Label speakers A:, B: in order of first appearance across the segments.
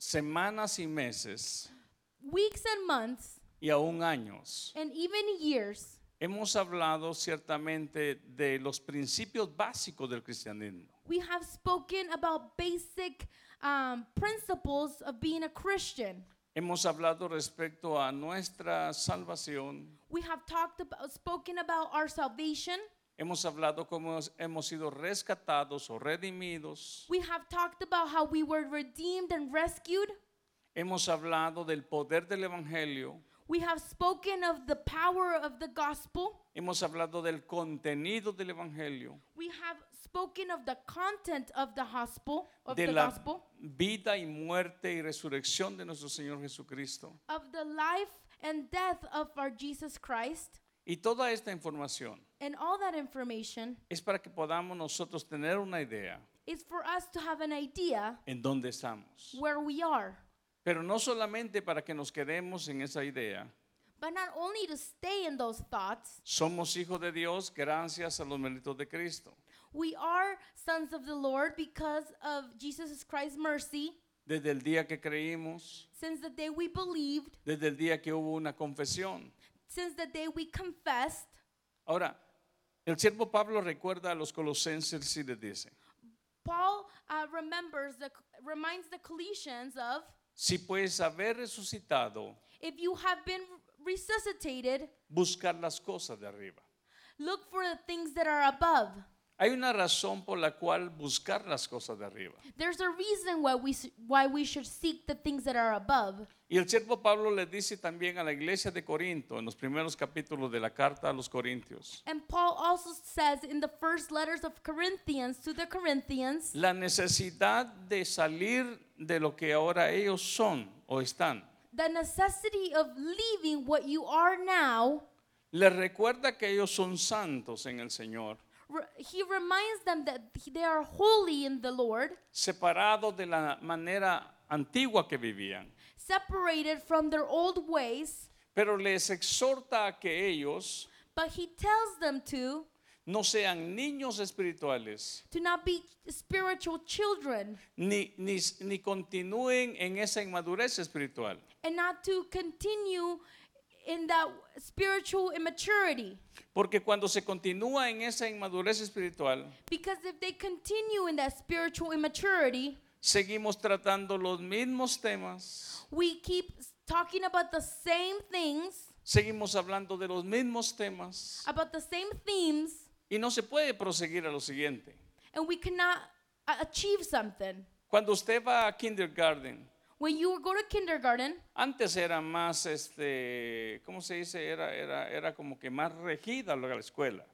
A: semanas y meses
B: weeks and months,
A: y aún años
B: and even years,
A: hemos hablado ciertamente de los principios básicos del cristianismo.
B: we have spoken about basic um, principles of being a Christian.
A: Hemos hablado respecto a nuestra salvación.
B: We have talked about, spoken about our salvation.
A: Hemos hablado cómo hemos- hemos sido rescatados o redimidos.
B: We have talked about how we were redeemed and rescued.
A: Hemos hablado del poder del Evangelio.
B: We have spoken of the power of the gospel.
A: Hemos hablado del contenido del Evangelio.
B: We have spoken of the content of the gospel, of
A: de
B: the
A: la
B: gospel,
A: vida y muerte y resurrección de nuestro Señor Jesucristo.
B: of the life and death of our Jesus Christ.
A: Y toda esta información
B: And all that information
A: es para que podamos nosotros tener una idea
B: is for us to have an idea
A: en dónde estamos.
B: where we are,
A: Pero no solamente para que nos quedemos en esa idea.
B: but not only to stay in those thoughts,
A: Somos hijos de Dios gracias a los méritos de Cristo.
B: we are sons of the Lord because of Jesus Christ's mercy
A: Desde el día que creímos,
B: since the day we believed,
A: desde el día que hubo una confesión.
B: since the day we confessed.
A: Ahora, el siervo Pablo recuerda a los colosenses y les dice,
B: Paul uh, remembers the, reminds the Colossians of
A: si pues haber resucitado,
B: if you have been resuscitated,
A: buscar las cosas de arriba.
B: look for the things that are above.
A: Hay una razón por la cual buscar las cosas de arriba.
B: There's a reason why we s- why we should seek the things that are above.
A: Y el siervo Pablo le dice también a la iglesia de Corinto, en los primeros capítulos de la carta a los Corintios,
B: And Paul also says in the first letters of Corinthians to the Corinthians
A: la necesidad de salir de lo que ahora ellos son o están.
B: the necessity of leaving what you are now.
A: Les recuerda que ellos son santos en el Señor,
B: Re- he reminds them that they are holy in the Lord,
A: separados de la manera antigua que vivían.
B: separated from their old ways,
A: Pero les exhorta a que ellos
B: but he tells them to
A: no sean niños espirituales,
B: to not be spiritual children
A: ni, ni, ni continúen en esa inmadurez espiritual.
B: and not to continue in that spiritual immaturity.
A: Porque cuando se continúa en esa inmadurez espiritual,
B: Because if they continue in that spiritual immaturity,
A: seguimos tratando los mismos temas,
B: we keep s- talking about the same things,
A: seguimos hablando de los mismos temas
B: about the same themes,
A: y no se puede proseguir a lo siguiente.
B: and we cannot a- achieve something.
A: Cuando usted va a kindergarten,
B: When you go to kindergarten,
A: antes era más, este, ¿cómo se dice? Era, era, era como que más regida la la escuela.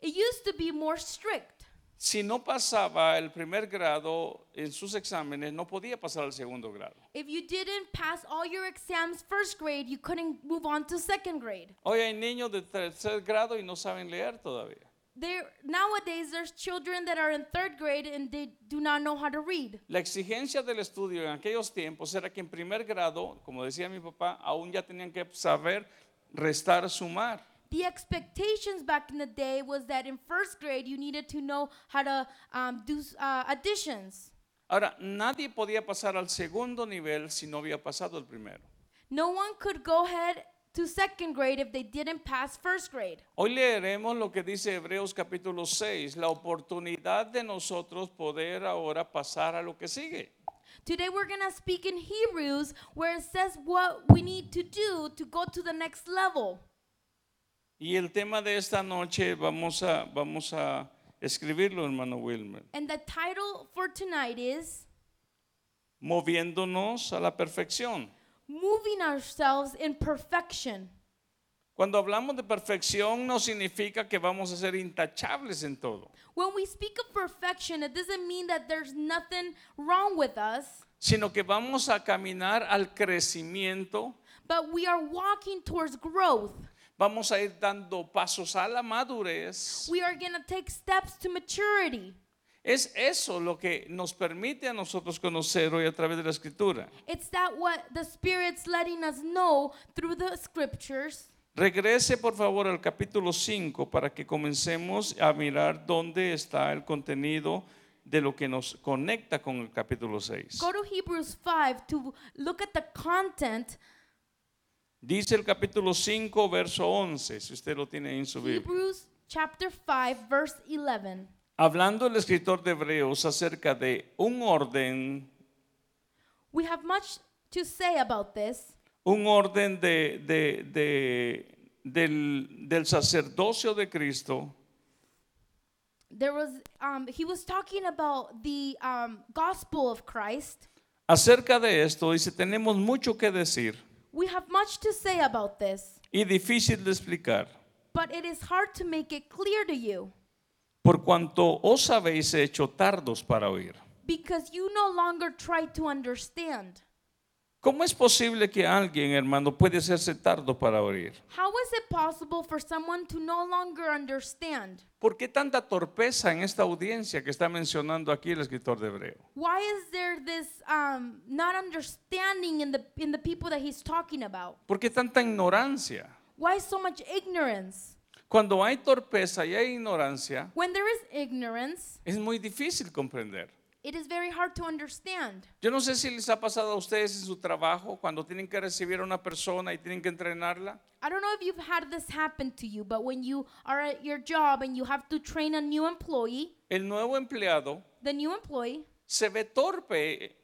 B: it used to be more strict.
A: Si no pasaba el primer grado en sus exámenes, no podía pasar al segundo grado.
B: If you didn't pass all your exams first grade, you couldn't move on to second grade.
A: Hoy hay niños de tercer grado y no saben leer todavía.
B: There nowadays there's children that are in third grade and they do not know how to read.
A: La exigencia del estudio en aquellos tiempos era que en primer grado, como decía mi papá, aún ya tenían que saber restar, sumar.
B: The expectations back in the day was that in first grade you needed to know how to um, do s- uh, additions.
A: Ahora, nadie podía pasar al segundo nivel si no había pasado el primero.
B: No one could go ahead to second grade if they didn't pass first grade.
A: Hoy leeremos lo que dice Hebreos capítulo 6, la oportunidad de nosotros poder ahora pasar a lo que sigue.
B: Today we're going to speak in Hebrews where it says what we need to do to go to the next level.
A: Y el tema de esta noche vamos a, vamos a escribirlo, hermano Wilmer.
B: And the title for tonight is
A: Moviéndonos a la perfección.
B: Moving Ourselves in Perfection.
A: Cuando hablamos de perfección no significa que vamos a ser intachables en todo,
B: When we speak of perfection, it doesn't mean that there's nothing wrong with us,
A: sino que vamos a caminar al crecimiento,
B: but we are walking towards growth.
A: vamos a ir dando pasos a la madurez.
B: We are going to take steps to maturity.
A: Es eso lo que nos permite a nosotros conocer hoy a través de la escritura.
B: It's that what the Spirit's letting us know through the scriptures.
A: Regrese por favor al capítulo 5 para que comencemos a mirar dónde está el contenido de lo que nos conecta con el capítulo 6.
B: Go to Hebrews 5 to look at the content.
A: Dice el capítulo 5, verso 11, si usted lo tiene ahí en su Biblia.
B: Hebrews chapter 5, verse 11.
A: Hablando el escritor de Hebreos acerca de un orden,
B: We have much to say about this
A: un orden de, de- de- del, del sacerdocio de Cristo,
B: there was um, he was talking about the um, gospel of christ
A: acerca de esto, dice, tenemos mucho que decir
B: we have much to say about this
A: y difícil de explicar.
B: but it is hard to make it clear to you
A: por cuanto os habéis hecho tardos para oír.
B: because you no longer try to understand
A: ¿Cómo es posible que alguien, hermano, puede hacerse tardo para oír?
B: how is it possible for someone to no longer understand
A: ¿Por qué tanta torpeza en esta audiencia que está mencionando aquí el escritor de Hebreo?
B: why is there this um, not understanding in the in the people that he's talking about
A: ¿Por qué tanta ignorancia?
B: why so much ignorance
A: Cuando hay torpeza y hay ignorancia,
B: when there is ignorance
A: es muy difícil comprender.
B: it is very hard to understand
A: Yo no sé si les ha pasado a ustedes en su trabajo cuando tienen que recibir a una persona y tienen que entrenarla.
B: I don't know if you've had this happen to you, but when you are at your job and you have to train a new employee,
A: El nuevo empleado
B: the new employee
A: se ve torpe eh,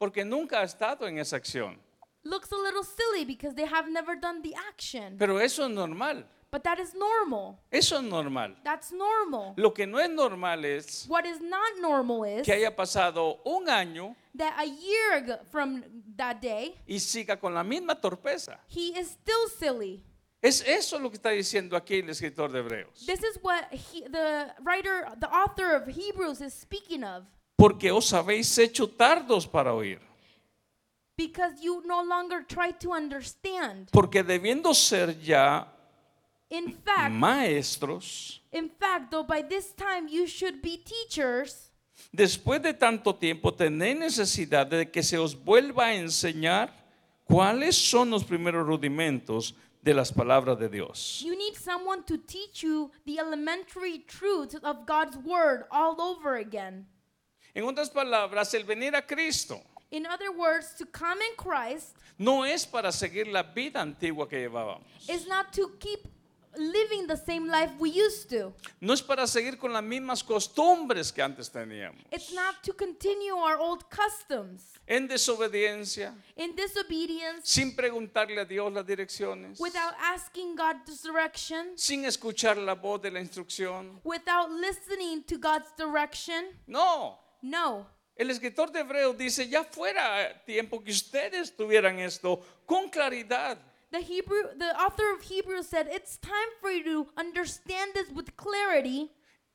A: porque nunca ha estado en esa acción.
B: looks a little silly because they have never done the action.
A: Pero eso es normal.
B: But that is normal.
A: Eso es normal.
B: That's normal.
A: Lo que no es normal es
B: What is not normal is
A: que haya pasado un año
B: that a year ago from that day,
A: y siga con la misma torpeza.
B: he is still silly.
A: Es eso lo que está diciendo aquí el escritor de Hebreos.
B: This is what he, the writer, the author of Hebrews is speaking of
A: Porque os habéis hecho tardos para oír.
B: because you no longer try to understand.
A: Porque debiendo ser ya
B: In fact,
A: maestros,
B: In fact, though, by this time you should be teachers.
A: después de tanto tiempo tenéis necesidad de que se os vuelva a enseñar cuáles son los primeros rudimentos de las palabras de Dios.
B: You need someone to teach you the elementary truths of God's word all over again.
A: En otras palabras, el venir a Cristo
B: In other words, to come in Christ
A: no es para seguir la vida antigua que llevábamos.
B: is not to keep living the same life we used to.
A: No es para seguir con las mismas costumbres que antes teníamos.
B: It's not to continue our old customs
A: En desobediencia,
B: in disobedience
A: sin preguntarle a Dios las direcciones,
B: without asking God's direction,
A: sin escuchar la voz de la instrucción.
B: without listening to God's direction.
A: No,
B: No.
A: el escritor de Hebreos dice, ya fuera tiempo que ustedes tuvieran esto con claridad.
B: The Hebrew, the author of Hebrews said, "It's time for you to understand this with clarity,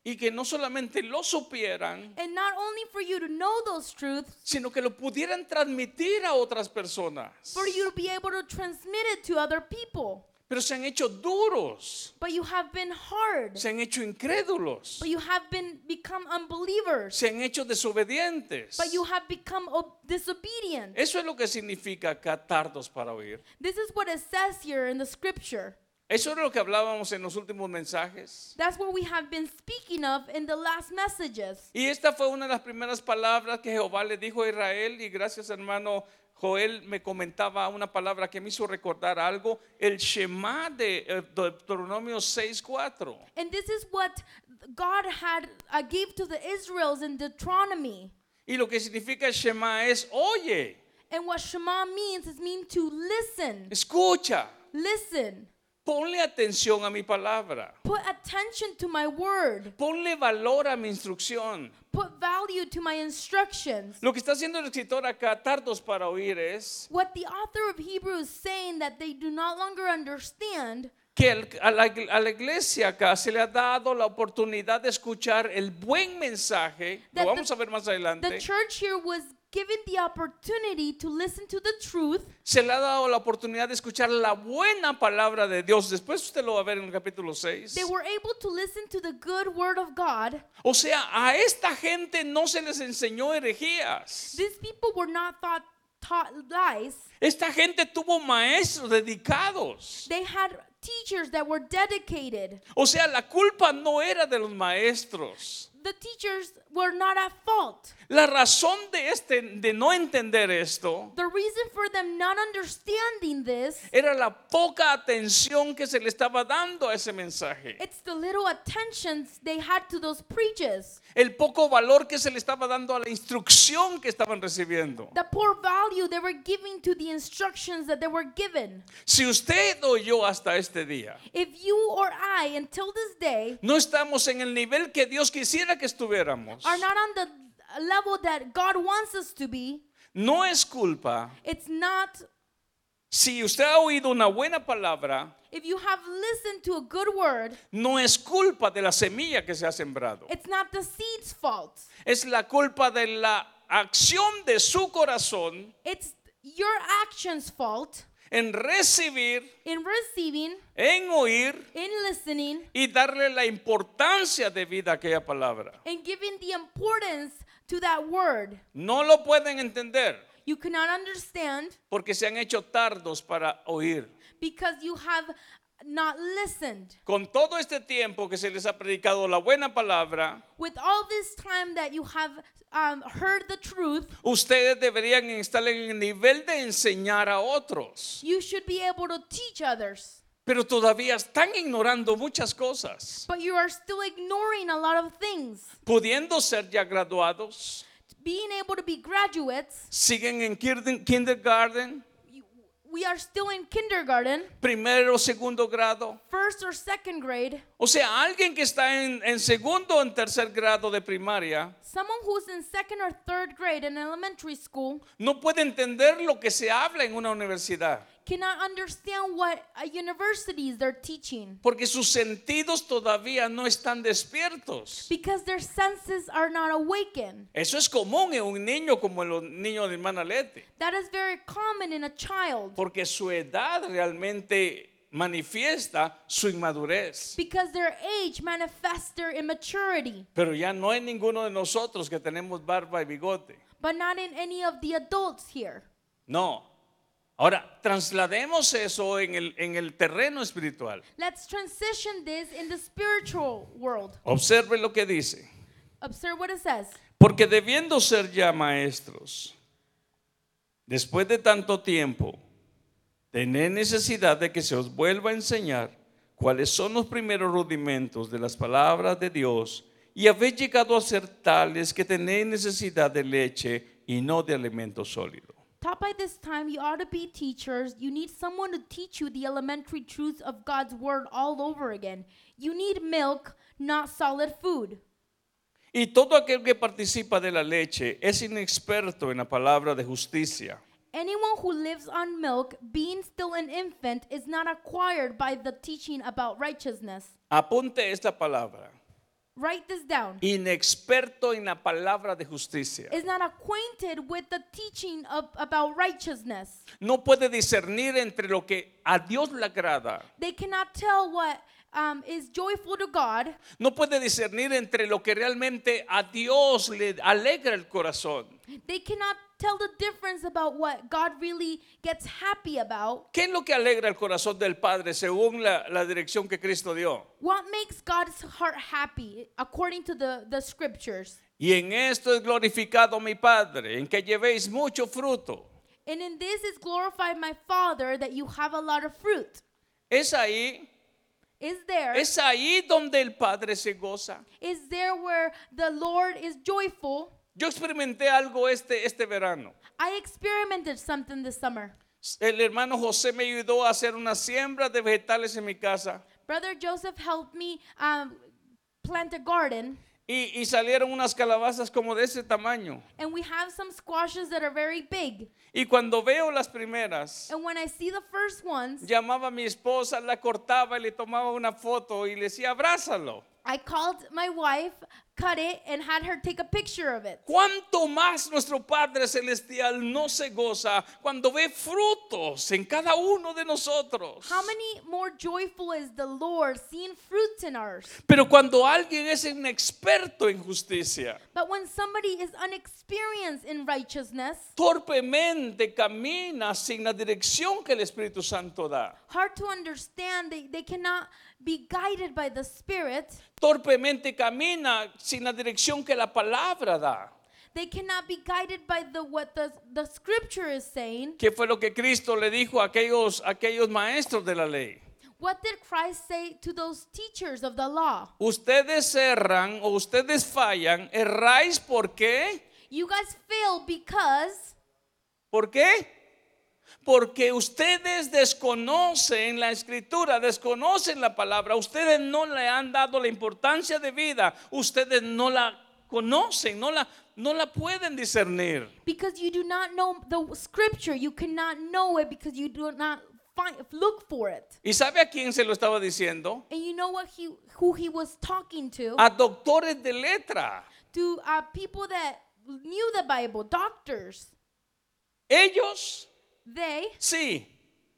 A: Y que no solamente lo supieran,
B: and not only for you to know those truths,
A: sino que lo pudieran transmitir a otras personas.
B: for you to be able to transmit it to other people.
A: Pero se han hecho duros,
B: But you have been hard.
A: se han hecho incrédulos,
B: But you have been become unbelievers.
A: se han hecho desobedientes.
B: But you have become ob- disobedient."
A: Eso es lo que significa acá tardos para oír.
B: This is what it says here in the scripture.
A: Eso es lo que hablábamos en los últimos mensajes.
B: That's what we have been speaking of in the last messages.
A: Y esta fue una de las primeras palabras que Jehová le dijo a Israel. Y gracias, hermano Joel, me comentaba una palabra que me hizo recordar algo: el Shema de eh, Deuteronomio 6:4.
B: And this is what God had uh, gave to the Israels in Deuteronomy.
A: Y lo que significa el Shema es: oye,
B: And what Shema means is mean to listen.
A: escucha,
B: Listen.
A: ponle atención a mi palabra,
B: Put attention to my word.
A: ponle valor a mi instrucción.
B: Put value to my instructions.
A: Lo que está haciendo el escritor acá, tardos para oír, es
B: What the author of Hebrews is saying that they do no longer understand
A: que al- a, la, a la iglesia acá se le ha dado la oportunidad de escuchar el buen mensaje,
B: That
A: lo vamos
B: the-
A: a ver más
B: the
A: adelante,
B: church here was given the opportunity to listen to the truth.
A: se le ha dado la oportunidad de escuchar la buena palabra de Dios, después usted lo va a ver en el capítulo 6.
B: They were able to listen to the good word of God.
A: O sea, a esta gente no se les enseñó herejías.
B: These people were not thought, taught lies.
A: Esta gente tuvo maestros dedicados.
B: They had teachers that were dedicated.
A: O sea, la culpa no era de los maestros.
B: The the teachers were not at fault.
A: La razón de, este, de no entender esto
B: The reason for them not understanding this,
A: era la poca atención que se le estaba dando a ese mensaje.
B: it's the little attentions they had to those preaches,
A: El poco valor que se le estaba dando a la instrucción que estaban recibiendo.
B: the poor value they were giving to the instructions that they were given.
A: Si usted o yo hasta este día
B: If you or I, until this day,
A: no estamos en el nivel que Dios quisiera que estuviéramos,
B: are not on the level that God wants us to be,
A: no es culpa.
B: it's not
A: Si usted ha oído una buena palabra,
B: if you have listened to a good word,
A: no es culpa de la semilla que se ha sembrado.
B: it's not the seed's fault.
A: Es la culpa de la acción de su corazón
B: It's your action's fault
A: en recibir,
B: in receiving,
A: en oír
B: in listening,
A: y darle la importancia de vida a aquella palabra.
B: and giving the importance to that word.
A: No lo pueden entender
B: You cannot understand
A: porque se han hecho tardos para oír.
B: because you have not listened.
A: Con todo este tiempo que se les ha predicado la buena palabra,
B: With all this time that you have um, heard the truth,
A: ustedes deberían estar en el nivel de enseñar a otros.
B: you should be able to teach others.
A: Pero todavía están ignorando muchas cosas,
B: But you are still ignoring a lot of things.
A: pudiendo ser ya graduados,
B: Being able to be graduates,
A: siguen en kinder- kindergarten,
B: you- we are still in kindergarten,
A: primero, segundo grado.
B: first or second grade.
A: O sea, alguien que está en, en segundo o en tercer grado de primaria
B: Someone who's in second or third grade in elementary school
A: no puede entender lo que se habla en una universidad,
B: cannot understand what uh, universities they're teaching
A: porque sus sentidos todavía no están despiertos.
B: because their senses are not awakened.
A: Eso es común en un niño como en los niños de hermana Leti,
B: That is very common in a child
A: porque su edad realmente manifiesta su inmadurez.
B: because their age manifests their immaturity,
A: Pero ya no hay ninguno de nosotros que tenemos barba y bigote.
B: but not in any of the adults here.
A: No. Ahora, traslademos eso en el, en el terreno espiritual.
B: Let's transition this in the spiritual world.
A: Observe lo que dice.
B: Observe what it says.
A: Porque debiendo ser ya maestros, después de tanto tiempo, tened necesidad de que se os vuelva a enseñar cuáles son los primeros rudimentos de las palabras de Dios y habéis llegado a ser tales que tenéis necesidad de leche y no de alimento sólido.
B: Taught by this time, you ought to be teachers. You need someone to teach you the elementary truths of God's word all over again. You need milk, not solid food.
A: Y todo aquel que participa de la leche es inexperto en la palabra de justicia,
B: Anyone who lives on milk, being still an infant, is not acquired by the teaching about righteousness.
A: Apunte esta palabra.
B: Write this down.
A: Inexperto en la palabra de justicia.
B: Is not acquainted with the teaching of, about righteousness.
A: No puede discernir entre lo que a Dios le agrada.
B: They cannot tell what um, is joyful to God.
A: No puede discernir entre lo que realmente a Dios le alegra el corazón.
B: They cannot tell the difference about what God really gets happy about.
A: ¿Qué es lo que alegra el corazón del Padre según la, la dirección que Cristo dio?
B: What makes God's heart happy according to the, the scriptures?
A: Y en esto es glorificado mi Padre, en que llevéis mucho fruto.
B: And in this is glorified my Father that you have a lot of fruit.
A: Es ahí,
B: Is there is
A: es ahí donde el Padre se goza.
B: there where the Lord is joyful?
A: Yo experimenté algo este, este verano.
B: I experimented something this summer.
A: El hermano José me ayudó a hacer una siembra de vegetales en mi casa.
B: Brother Joseph helped me um, plant a garden,
A: Y, y salieron unas calabazas como de ese tamaño.
B: and we have some squashes that are very big.
A: Y cuando veo las primeras,
B: And when I see the first ones,
A: llamaba a mi esposa, la cortaba y le tomaba una foto y le decía, abrázalo.
B: I called my wife, cut it, and had her take a picture of it.
A: ¿Cuánto más nuestro Padre Celestial no se goza cuando ve frutos en cada uno de nosotros?
B: How many more joyful is the Lord seeing fruits in ours?
A: Pero cuando alguien es inexperto en justicia,
B: But when somebody is unexperienced in righteousness,
A: torpemente camina sin la dirección que el Espíritu Santo da.
B: hard to understand, they, they cannot be guided by the Spirit,
A: torpemente camina sin la dirección que la palabra da.
B: They cannot be guided by the what the, the scripture is saying.
A: ¿Qué fue lo que Cristo le dijo a aquellos, a aquellos maestros de la ley?
B: What did Christ say to those teachers of the law?
A: Ustedes erran o ustedes fallan. ¿Erráis por qué?
B: You guys fail because
A: ¿Por qué? Porque ustedes desconocen la escritura, desconocen la palabra, ustedes no le han dado la importancia de vida, ustedes no la conocen, no la, no la pueden discernir.
B: because you do not know the scripture, you cannot know it because you do not find look for it.
A: ¿Y sabe a quién se lo estaba diciendo?
B: And you know what he who he was talking to?
A: A doctores de letra.
B: to uh, people that knew the Bible, doctors.
A: Ellos,
B: They,
A: sí,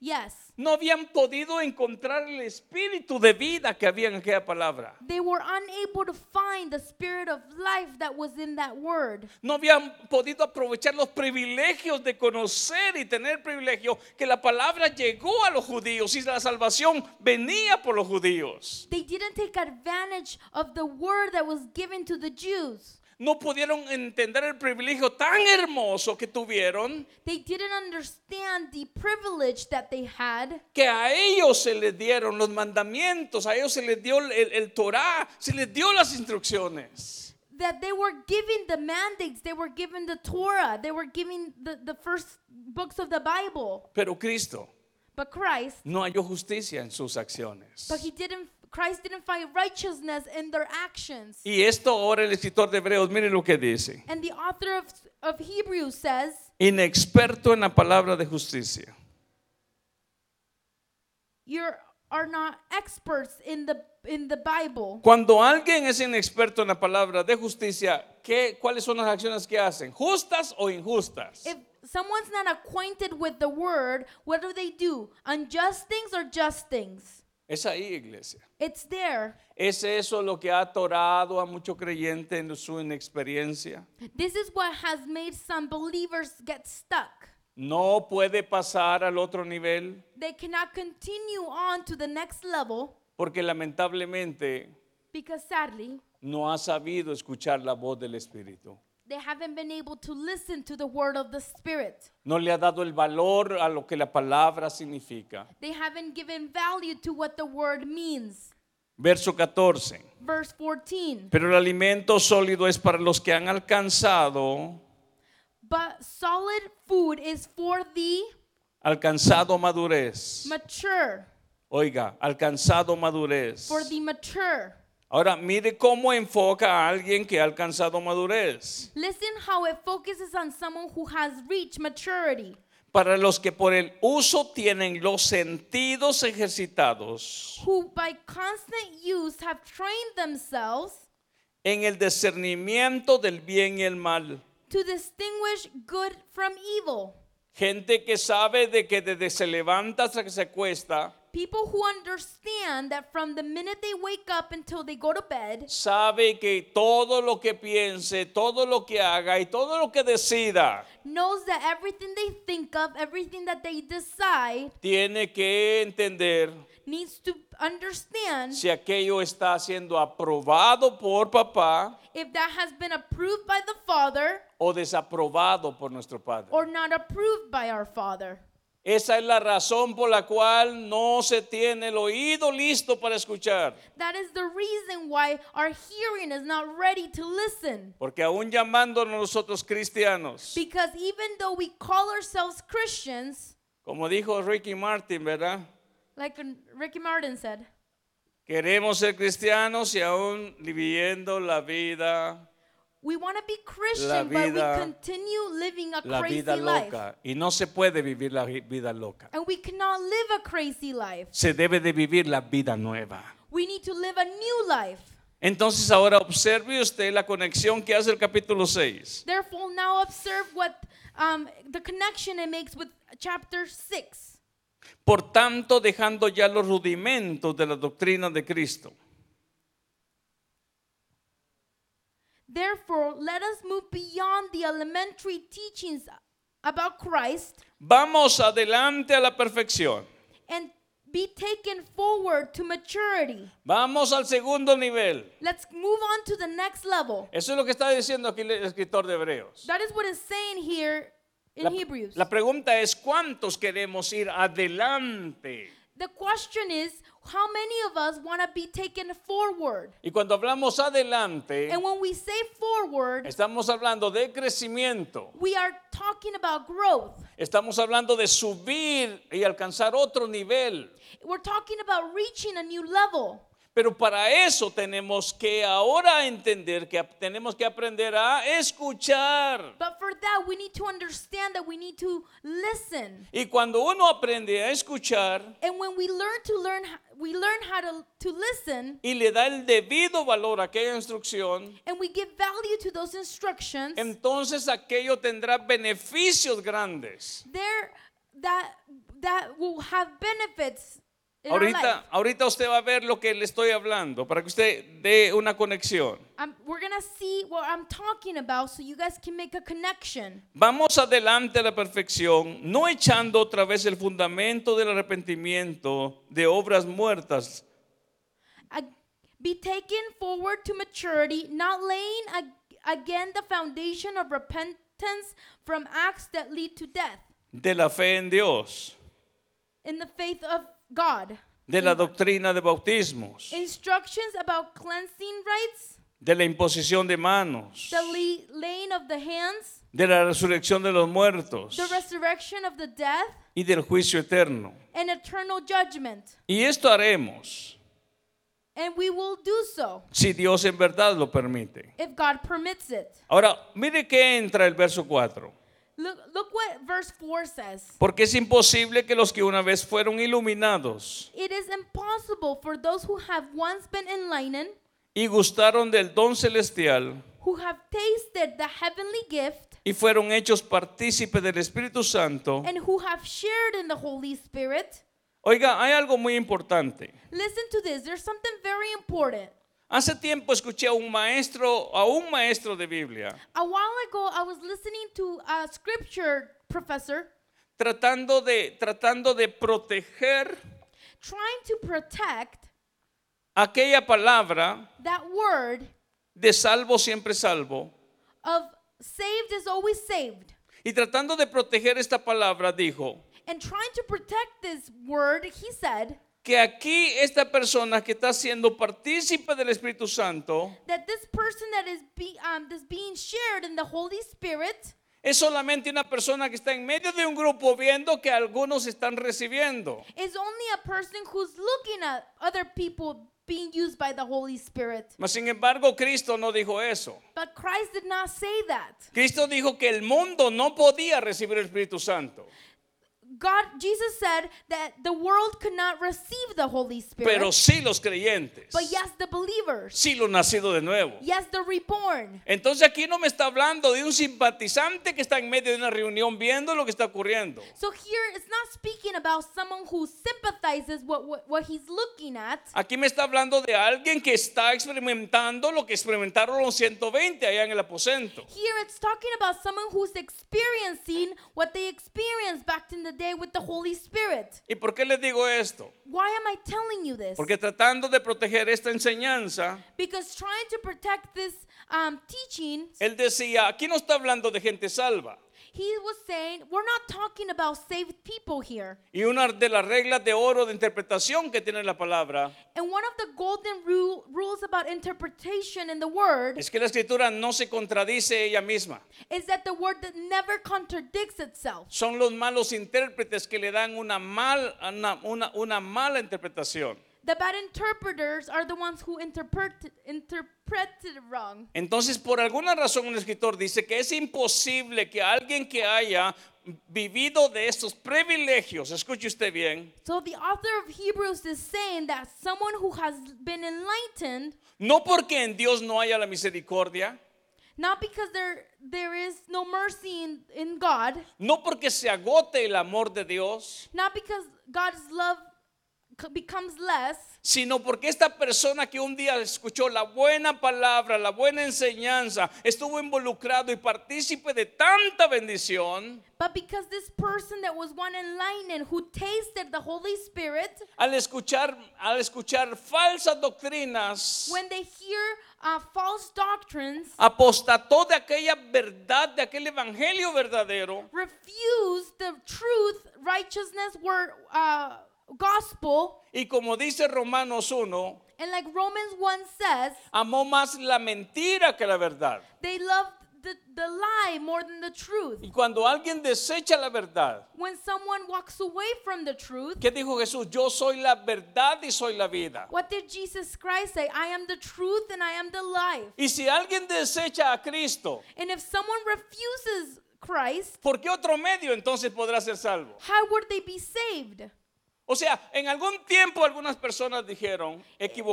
B: yes,
A: no habían podido encontrar el espíritu de vida que había en aquella palabra.
B: they were unable to find the spirit of life that was in that word.
A: No habían podido aprovechar los privilegios de conocer y tener privilegio que la palabra llegó a los judíos y la salvación venía por los judíos.
B: They didn't take advantage of the word that was given to the Jews.
A: No pudieron entender el privilegio tan hermoso que tuvieron
B: They didn't understand the privilege that they had.
A: que a ellos se les dieron los mandamientos, a ellos se les dio el, el Torah, se les dio las instrucciones.
B: That they were given the mandates, they were given the Torah, they were given the, the first books of the Bible.
A: Pero Cristo
B: But Christ,
A: no halló justicia en sus acciones.
B: but he didn't Christ didn't find righteousness in their actions.
A: Y esto ahora el escritor de Hebreos, miren lo que dice.
B: And the author of, of Hebrews says,
A: Inexperto en la palabra de justicia.
B: You are not experts in the in the Bible.
A: Cuando alguien es inexperto en la palabra de justicia, ¿qué, ¿cuáles son las acciones que hacen? ¿Justas o injustas?
B: If someone's not acquainted with the word, what do they do? Unjust things or just things?
A: Es ahí, iglesia.
B: It's there.
A: ¿Es eso lo que ha atorado a muchos creyentes en su inexperiencia?
B: This is what has made some believers get stuck.
A: No puede pasar al otro nivel
B: They cannot continue on to the next level
A: porque lamentablemente
B: because sadly,
A: no ha sabido escuchar la voz del Espíritu.
B: they haven't been able to listen to the word of the Spirit.
A: No le ha dado el valor a lo que la palabra significa.
B: They haven't given value to what the word means.
A: Verso 14.
B: Verse 14.
A: Pero el alimento sólido es para los que han alcanzado
B: But solid food is for the
A: alcanzado madurez.
B: mature,
A: Oiga, alcanzado madurez.
B: for the mature.
A: Ahora mire cómo enfoca a alguien que ha alcanzado madurez.
B: Listen how it focuses on someone who has reached maturity,
A: Para los que por el uso tienen los sentidos ejercitados
B: who by constant use have trained themselves
A: en el discernimiento del bien y el mal.
B: to distinguish good from evil.
A: Gente que sabe de que desde se levanta hasta que se acuesta,
B: People who understand that from the minute they wake up until they go to bed,
A: sabe que todo lo que piense, todo lo que haga y todo lo que decida
B: knows that everything they think of, everything that they decide,
A: tiene que entender
B: needs to understand
A: si aquello está siendo aprobado por papá
B: if that has been approved by the Father
A: o desaprobado por nuestro padre.
B: or not approved by our Father.
A: Esa es la razón por la cual no se tiene el oído listo para escuchar,
B: That is the reason why our hearing is not ready to listen.
A: porque aún llamándonos nosotros cristianos,
B: Because even though we call ourselves Christians,
A: como dijo Ricky Martin, ¿verdad?
B: like um, Ricky Martin said,
A: Queremos ser cristianos y aún viviendo la vida,
B: we want to be Christian,
A: La
B: but
A: vida-
B: we continue living a
A: la
B: crazy
A: vida
B: life.
A: loca. Y no se puede vivir la vi- vida loca.
B: And we cannot live a crazy life.
A: Se debe de vivir la vida nueva.
B: We need to live a new life.
A: Entonces ahora observe usted la conexión que hace el capítulo 6.
B: Therefore, now observe what um, the connection it makes with chapter 6.
A: Por tanto, dejando ya los rudimentos de la doctrina de Cristo.
B: Therefore, let us move beyond the elementary teachings about Christ
A: Vamos adelante a la perfección.
B: and be taken forward to maturity.
A: Vamos al segundo nivel.
B: Let's move on to the next level.
A: Eso es lo que está diciendo aquí el escritor de Hebreos.
B: That is what it's saying here in
A: La,
B: Hebrews.
A: la pregunta es, ¿cuántos queremos ir adelante?
B: the question is how many of us want to be taken forward?
A: Y cuando hablamos adelante,
B: And when we say forward,
A: estamos hablando de crecimiento,
B: we are talking about growth.
A: estamos hablando de subir y alcanzar otro nivel.
B: We're talking about reaching a new level.
A: Pero para eso tenemos que ahora entender que ap- tenemos que aprender a escuchar.
B: But for that, we need to understand that we need to listen.
A: Y cuando uno aprende a escuchar
B: And when we learn to learn, h- we learn how to, to listen
A: y le da el debido valor a aquella instrucción,
B: and we give value to those instructions,
A: entonces aquello tendrá beneficios grandes.
B: there that that will have benefits in our life.
A: Ahorita, ahorita usted va a ver lo que le estoy hablando para que usted dé una conexión.
B: I'm, we're gonna see what I'm talking about, so you guys can make a connection.
A: Vamos adelante a la perfección, no echando otra vez el fundamento del arrepentimiento de obras muertas,
B: Ag- be taken forward to maturity, not laying ag- again the foundation of repentance from acts that lead to death
A: de la fe en Dios,
B: in the faith of God.
A: de la doctrina de bautismos,
B: Instructions about cleansing rites,
A: de la imposición de manos,
B: the le- laying of the hands,
A: de la resurrección de los muertos
B: the resurrection of the death,
A: y del juicio eterno.
B: and eternal judgment.
A: Y esto haremos
B: And we will do so
A: si Dios en verdad lo permite.
B: if God permits it.
A: Ahora, mire que entra el verso 4.
B: Look, look what verse 4 says.
A: Porque es imposible que los que una vez fueron iluminados
B: It is impossible for those who have once been enlightened,
A: y gustaron del don celestial
B: who have tasted the heavenly gift,
A: y fueron hechos partícipes del Espíritu Santo.
B: and who have shared in the Holy Spirit.
A: Oiga, hay algo muy importante.
B: Listen to this, there's something very important.
A: Hace tiempo escuché a un maestro, a un maestro de Biblia,
B: A while ago, I was listening to a scripture professor
A: tratando de, tratando de proteger
B: trying to protect
A: aquella palabra
B: that word
A: de salvo siempre salvo
B: of saved is always saved.
A: y tratando de proteger esta palabra dijo
B: And trying to protect this word, he said
A: que aquí esta persona que está siendo partícipe del Espíritu Santo
B: that this person that is be, um, that's being shared in the Holy Spirit
A: es solamente una persona que está en medio de un grupo viendo que algunos están recibiendo.
B: is only a person who's looking at other people being used by the Holy Spirit.
A: Mas sin embargo, Cristo no dijo eso.
B: But Christ did not say that.
A: Cristo dijo que el mundo no podía recibir el Espíritu Santo,
B: God, Jesus said that the world could not receive the Holy Spirit,
A: pero sí los creyentes,
B: but yes, the believers,
A: sí los nacidos de nuevo.
B: yes, the reborn.
A: Entonces aquí no me está hablando de un simpatizante que está en medio de una reunión viendo lo que está ocurriendo.
B: So here it's not speaking about someone who sympathizes what, what, what he's looking at.
A: Aquí me está hablando de alguien que está experimentando lo que experimentaron los 120 allá en el aposento.
B: Here it's talking about someone who's experiencing what they experienced back in the day with the Holy Spirit.
A: ¿Y por qué les digo esto?
B: Why am I telling you this?
A: Porque tratando de proteger esta enseñanza,
B: Because trying to protect this um, teaching,
A: él decía, aquí no está hablando de gente salva.
B: he was saying, we're not talking about saved people here.
A: Y una de las reglas de oro de interpretación que tiene la palabra
B: And one of the golden rule, rules about interpretation in the word
A: es que la escritura no se contradice ella misma.
B: is that the word that never contradicts itself.
A: Son los malos intérpretes que le dan una, mal- una- una- una mala interpretación.
B: The bad interpreters are the ones who interpret interpreted it wrong.
A: Entonces, por alguna razón, un escritor dice que es imposible que alguien que haya vivido de estos privilegios, escuche usted bien,
B: So the author of Hebrews is saying that someone who has been enlightened,
A: no porque en Dios no haya la misericordia,
B: not because there there is no mercy in, in God,
A: no porque se agote el amor de Dios,
B: not because God's love c- becomes less,
A: sino porque esta persona que un día escuchó la buena palabra, la buena enseñanza, estuvo involucrado y partícipe de tanta bendición,
B: but because this person that was one enlightened who tasted the Holy Spirit,
A: al escuchar, al escuchar falsas doctrinas,
B: when they hear uh, false doctrines,
A: apostató de aquella verdad, de aquel evangelio verdadero,
B: refuse the truth, righteousness, word, uh, gospel,
A: y como dice Romanos 1,
B: and like Romans 1 says,
A: amó más la mentira que la verdad.
B: they loved the, the lie more than the truth.
A: Y cuando alguien desecha la verdad,
B: When someone walks away from the truth,
A: ¿qué dijo Jesús? Yo soy la verdad y soy la vida.
B: what did Jesus Christ say? I am the truth and I am the life.
A: Y si alguien desecha a Cristo,
B: And if someone refuses Christ,
A: ¿Por qué otro medio entonces podrá ser salvo?
B: how would they be saved?
A: O sea, en algún tiempo algunas personas dijeron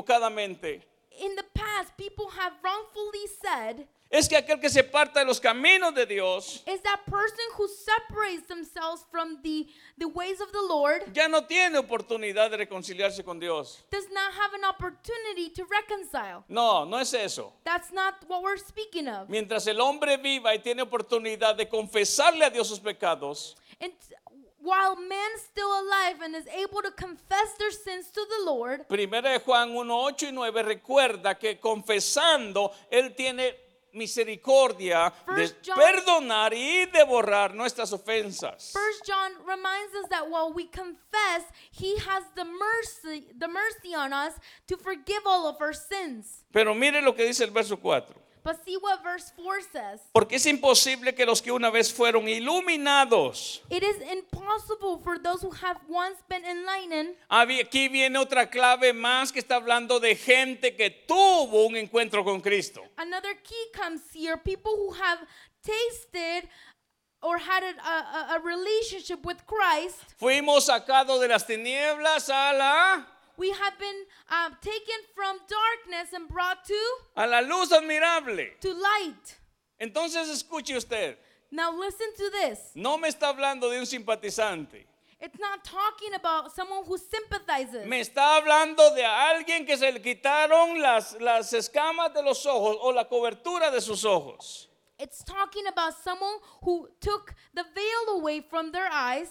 A: equivocadamente,
B: In the past, people have wrongfully said,
A: es que aquel que se parta de los caminos de Dios
B: is that person who separates themselves from the, the ways of the Lord
A: ya no tiene oportunidad de reconciliarse con Dios.
B: does not have an opportunity to reconcile.
A: No, no es eso.
B: That's not what we're speaking of.
A: Mientras el hombre viva y tiene oportunidad de confesarle a Dios sus pecados,
B: And while man's still alive and is able to confess their sins to the Lord,
A: Primera de Juan 1, 8 y 9 recuerda que confesando Él tiene misericordia de
B: First John-
A: perdonar y de borrar nuestras ofensas.
B: First John reminds us that while we confess, he has the mercy, the mercy on us to forgive all of our sins.
A: Pero mire lo que dice el verso 4.
B: But see what verse 4 says.
A: Porque es imposible que los que una vez fueron iluminados.
B: It is impossible for those who have once been enlightened
A: Había- Aquí viene otra clave más que está hablando de gente que tuvo un encuentro con Cristo.
B: Another key comes here people who have tasted or had a, a, a- a relationship with Christ.
A: Fuimos sacados de las tinieblas a la,
B: We have been um, taken from darkness and brought to,
A: a la luz admirable.
B: to light.
A: Entonces escuche usted,
B: Now, listen to this.
A: no me está hablando de un simpatizante.
B: It's not talking about someone who sympathizes.
A: Me está hablando de alguien que se le quitaron las, las escamas de los ojos o la cobertura de sus ojos.
B: It's talking about someone who took the veil away from their eyes.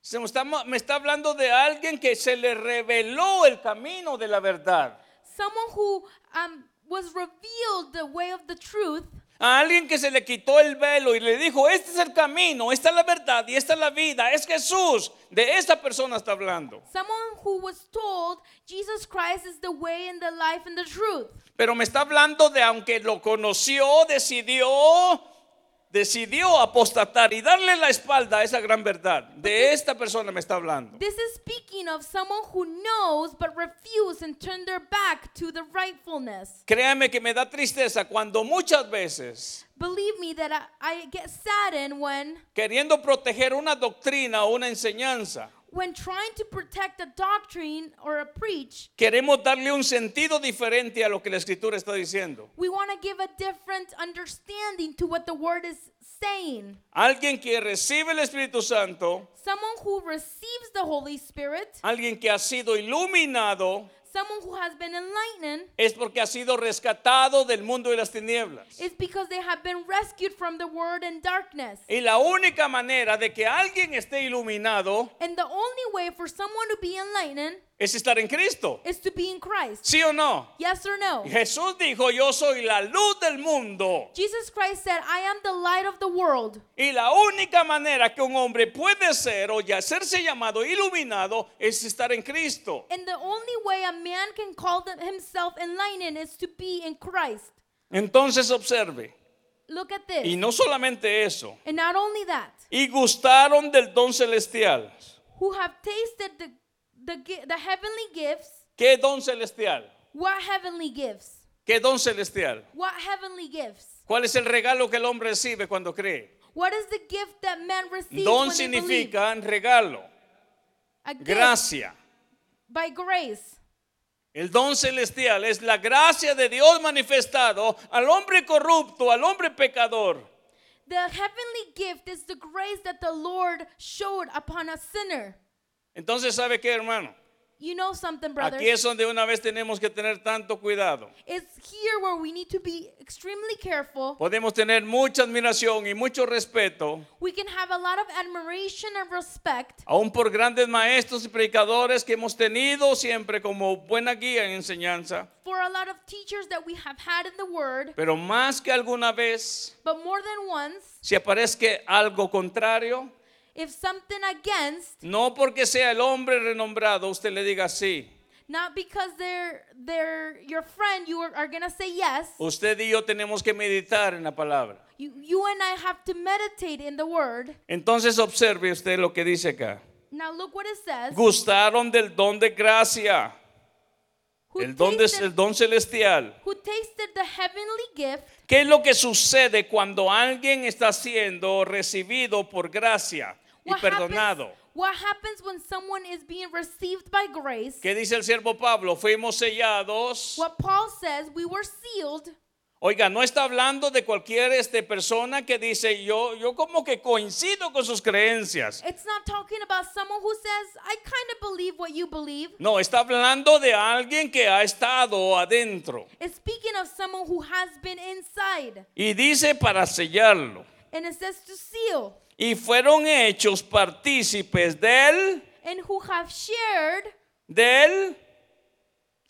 A: Se me, está, me está hablando de alguien que se le reveló el camino de la verdad.
B: Someone who um, was revealed the way of the truth.
A: A alguien que se le quitó el velo y le dijo, este es el camino, esta es la verdad y esta es la vida, es Jesús. De esta persona está hablando.
B: Someone who was told Jesus Christ is the way and the life and the truth.
A: Pero me está hablando de aunque lo conoció, decidió, decidió apostatar y darle la espalda a esa gran verdad. De esta persona me está hablando.
B: This is speaking of someone who knows but refuse and turn their back to the rightfulness.
A: Créame que me da tristeza cuando muchas veces
B: Believe me that I, I get saddened when
A: queriendo proteger una doctrina o una enseñanza.
B: when trying to protect a doctrine or a preach,
A: Queremos darle un sentido diferente a lo que la escritura está diciendo.
B: we want to give a different understanding to what the word is saying.
A: Alguien que recibe el Espíritu Santo,
B: Someone who receives the Holy Spirit,
A: alguien que ha sido iluminado,
B: someone who has been enlightened,
A: es porque ha sido rescatado del mundo de las tinieblas.
B: is because they have been rescued from the word and darkness.
A: Y la única manera de que alguien esté iluminado
B: And the only way for someone to be enlightened
A: es estar en Cristo.
B: is to be in Christ.
A: ¿Sí o no?
B: Yes or no?
A: Jesús dijo, yo soy la luz del mundo.
B: Jesus Christ said, I am the light of the world.
A: Y la única manera que un hombre puede ser o ya hacerse llamado iluminado es estar en Cristo.
B: And the only way a man can call them himself enlightened is to be in Christ.
A: Entonces observe.
B: Look at this.
A: Y no solamente eso,
B: and not only that,
A: y gustaron del don celestial.
B: who have tasted the, the, gi- the heavenly gifts,
A: ¿Qué don celestial?
B: what heavenly gifts?
A: ¿Qué don celestial?
B: What heavenly gifts?
A: ¿Cuál es el regalo que el hombre recibe cuando cree?
B: What is the gift that man receives
A: Don
B: when they believe?
A: significa regalo,
B: A gift
A: gracia.
B: by grace.
A: El don celestial es la gracia de Dios manifestado al hombre corrupto, al hombre pecador.
B: The heavenly gift is the grace that the Lord showed upon a sinner.
A: Entonces, ¿sabe qué, hermano?
B: You know something, brothers?
A: Aquí es donde una vez tenemos que tener tanto cuidado.
B: It's here where we need to be extremely careful.
A: Podemos tener mucha admiración y mucho respeto,
B: We can have a lot of admiration and respect,
A: aún por grandes maestros y predicadores que hemos tenido siempre como buena guía en enseñanza,
B: for a lot of teachers that we have had in the Word,
A: pero más que alguna vez,
B: but more than once,
A: si aparezca algo contrario,
B: if something against,
A: no porque sea el hombre renombrado, usted le diga sí.
B: not because they're they're your friend, you are, are gonna say yes.
A: Usted y yo tenemos que meditar en la palabra.
B: You you and I have to meditate in the Word.
A: Entonces observe usted lo que dice acá.
B: Now look what it says.
A: Gustaron del don de gracia,
B: Who
A: el don, de-
B: tasted-
A: el don celestial.
B: who tasted the heavenly gift?
A: ¿Qué es lo que sucede cuando alguien está siendo recibido por gracia y perdonado?
B: Happens, what happens when someone is being received by grace?
A: ¿Qué dice el siervo Pablo? Fuimos sellados.
B: What Paul says, we were sealed.
A: Oiga, no está hablando de cualquier este, persona que dice, yo, yo como que coincido con sus creencias.
B: It's not talking about someone who says, I kind of believe what you believe.
A: No, está hablando de alguien que ha estado adentro.
B: It's speaking of someone who has been inside.
A: Y dice para sellarlo.
B: And it says to seal.
A: Y fueron hechos partícipes del,
B: And who have shared
A: del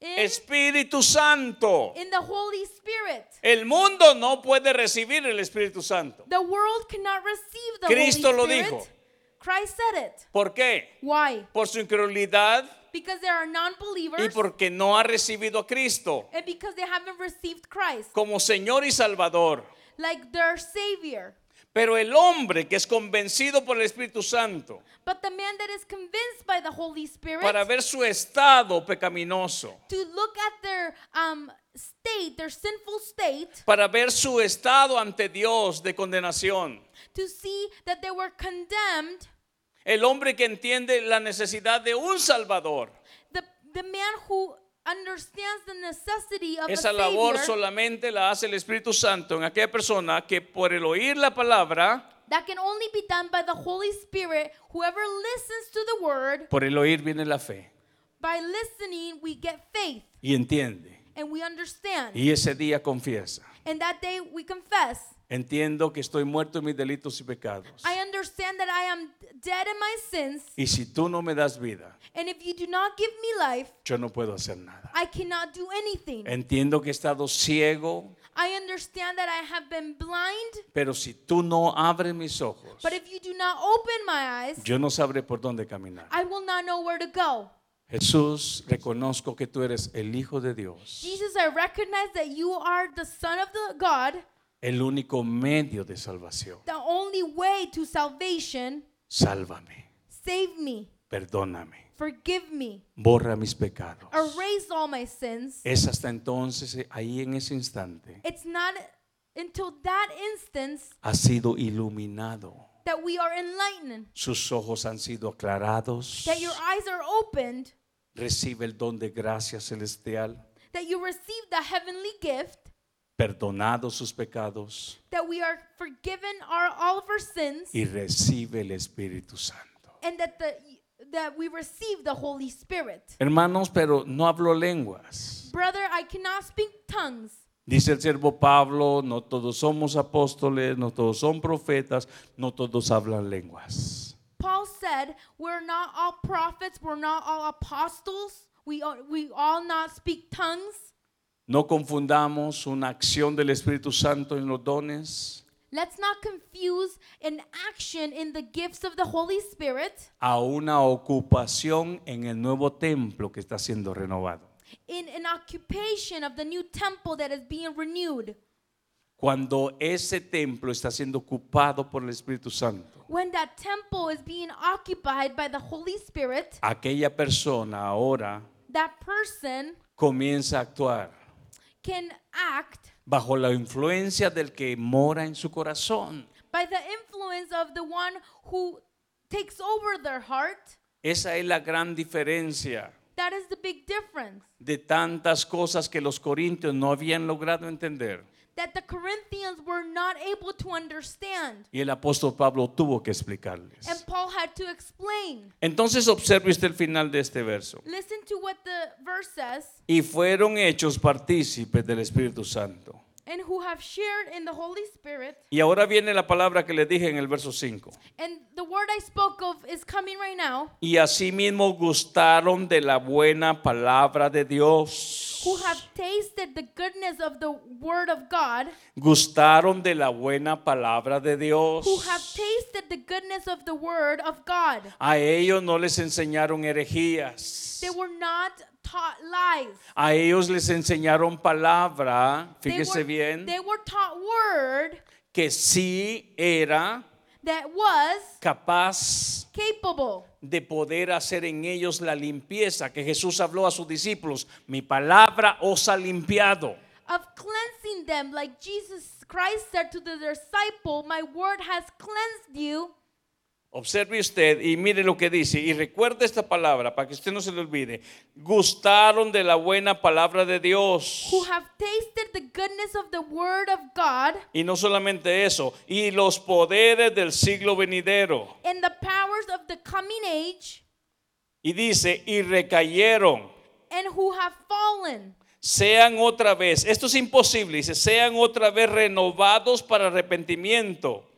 B: in,
A: Espíritu Santo.
B: in the Holy Spirit.
A: El mundo no puede recibir el Espíritu Santo.
B: The world cannot receive the
A: Cristo lo
B: Holy Spirit.
A: dijo.
B: Christ said it.
A: ¿Por qué?
B: Why?
A: Por su incredulidad
B: Because there are
A: y
B: non-believers
A: porque no ha recibido a Cristo
B: and because they haven't received Christ.
A: como Señor y Salvador.
B: like their savior.
A: Pero el hombre que es convencido por el Espíritu Santo
B: But the man that is convinced by the Holy Spirit
A: para ver su estado pecaminoso,
B: to look at their um, state, their sinful state,
A: para ver su estado ante Dios de condenación,
B: to see that they were condemned,
A: el hombre que entiende la necesidad de un Salvador,
B: the, the man who understands the necessity of
A: esa
B: a
A: labor
B: savior,
A: solamente la hace el Espíritu Santo en aquella persona que por el oír la palabra
B: that can only be done by the Holy Spirit. Whoever listens to the word,
A: Por el oír viene la fe
B: by listening, we get faith
A: y entiende.
B: and we understand.
A: Y ese día confiesa.
B: And that day we confess.
A: Entiendo que estoy muerto en mis delitos y pecados.
B: I understand that I am dead in my sins,
A: Y si tú no me das vida,
B: and if you do not give me life,
A: yo no puedo hacer nada.
B: I cannot do anything.
A: Entiendo que he estado ciego,
B: I understand that I have been blind,
A: pero si tú no abres mis ojos,
B: but if you do not open my eyes,
A: yo no sabré por dónde caminar.
B: I will not know where to go.
A: Jesús, reconozco que tú eres el Hijo de Dios,
B: Jesus, I recognize that you are the Son of the God,
A: el único medio de salvación.
B: the only way to salvation.
A: Sálvame,
B: Save me,
A: perdóname,
B: forgive me,
A: borra mis pecados.
B: erase all my sins.
A: Es hasta entonces, eh, ahí en ese instante,
B: It's not until that instance
A: ha sido iluminado.
B: that we are enlightened,
A: Sus ojos han sido aclarados.
B: that your eyes are opened,
A: Recibe el don de gracia celestial.
B: that you receive the heavenly gift,
A: Perdonados sus pecados.
B: that we are forgiven our, all of our sins.
A: Y recibe el Espíritu Santo.
B: and that the that we receive the Holy Spirit.
A: Hermanos, pero no habló lenguas.
B: Brother, I cannot speak tongues.
A: Dice el siervo Pablo, no todos somos apóstoles, no todos son profetas, no todos hablan lenguas.
B: Paul said, "We're not all prophets. We're not all apostles. We all, we all not speak tongues.
A: No confundamos una acción del Espíritu Santo en los dones
B: Let's not confuse an action in the gifts of the Holy Spirit
A: a una ocupación en el nuevo templo que está siendo renovado.
B: in an occupation of the new temple that is being renewed.
A: Cuando ese templo está siendo ocupado por el Espíritu Santo,
B: When that temple is being occupied by the Holy Spirit,
A: aquella persona ahora
B: that person
A: comienza a actuar
B: can act
A: bajo la influencia del que mora en su corazón.
B: by the influence of the one who takes over their heart.
A: Esa es la gran diferencia
B: That is the big difference.
A: de tantas cosas que los corintios no habían logrado entender.
B: that the Corinthians were not able to understand.
A: Y el apóstol Pablo tuvo que explicarles.
B: And Paul had to explain.
A: Entonces observe usted el final de este verso.
B: Listen to what the verse says
A: Y fueron hechos partícipes del Espíritu Santo.
B: and who have shared in the Holy Spirit.
A: Y ahora viene la palabra que le dije en el verso 5.
B: And the word I spoke of is coming right now.
A: Y asimismo gustaron de la buena palabra de Dios.
B: Who have tasted the goodness of the word of God,
A: Gustaron de la buena palabra de
B: who have
A: Dios.
B: tasted the goodness of the word of God.
A: A ellos no les enseñaron herejías.
B: They were not taught lies.
A: A ellos les enseñaron palabra,
B: They
A: fíjese
B: were,
A: bien,
B: they were taught word
A: que sí era
B: that was
A: capaz
B: capable.
A: de poder hacer en ellos la limpieza que Jesús habló a sus discípulos. Mi palabra os ha limpiado.
B: of cleansing them, like Jesus Christ said to the disciple, My word has cleansed you.
A: Observe usted y mire lo que dice y recuerde esta palabra para que usted no se le olvide. Gustaron de la buena palabra de Dios.
B: Who have tasted the goodness of the word of God
A: Y no solamente eso, y los poderes del siglo venidero.
B: and the powers of the coming age,
A: Y dice, y recayeron,
B: and who have fallen,
A: sean otra vez, esto es imposible, dice, sean otra vez renovados para arrepentimiento,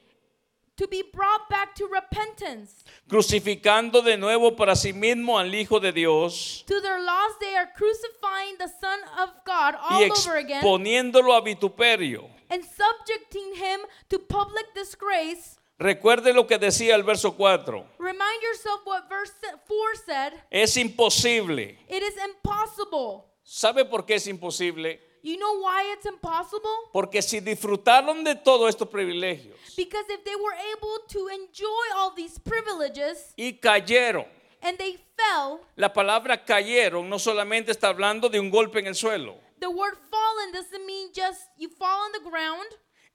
B: to be brought back to repentance.
A: crucificando de nuevo para sí mismo al Hijo de Dios.
B: To their loss, they are crucifying the Son of God all
A: Y
B: over again
A: exponiéndolo a vituperio.
B: and subjecting him to public disgrace.
A: Recuerde lo que decía el verso 4.
B: Remind yourself what verse 4 said
A: Es imposible.
B: it is impossible.
A: ¿Sabe por qué es imposible?
B: You know why it's impossible?
A: Porque si disfrutaron de todos estos privilegios
B: Because if they were able to enjoy all these privileges
A: y cayeron,
B: and they fell,
A: la palabra cayeron no solamente está hablando de un golpe en el suelo,
B: the word fallen doesn't mean just you fall on the ground.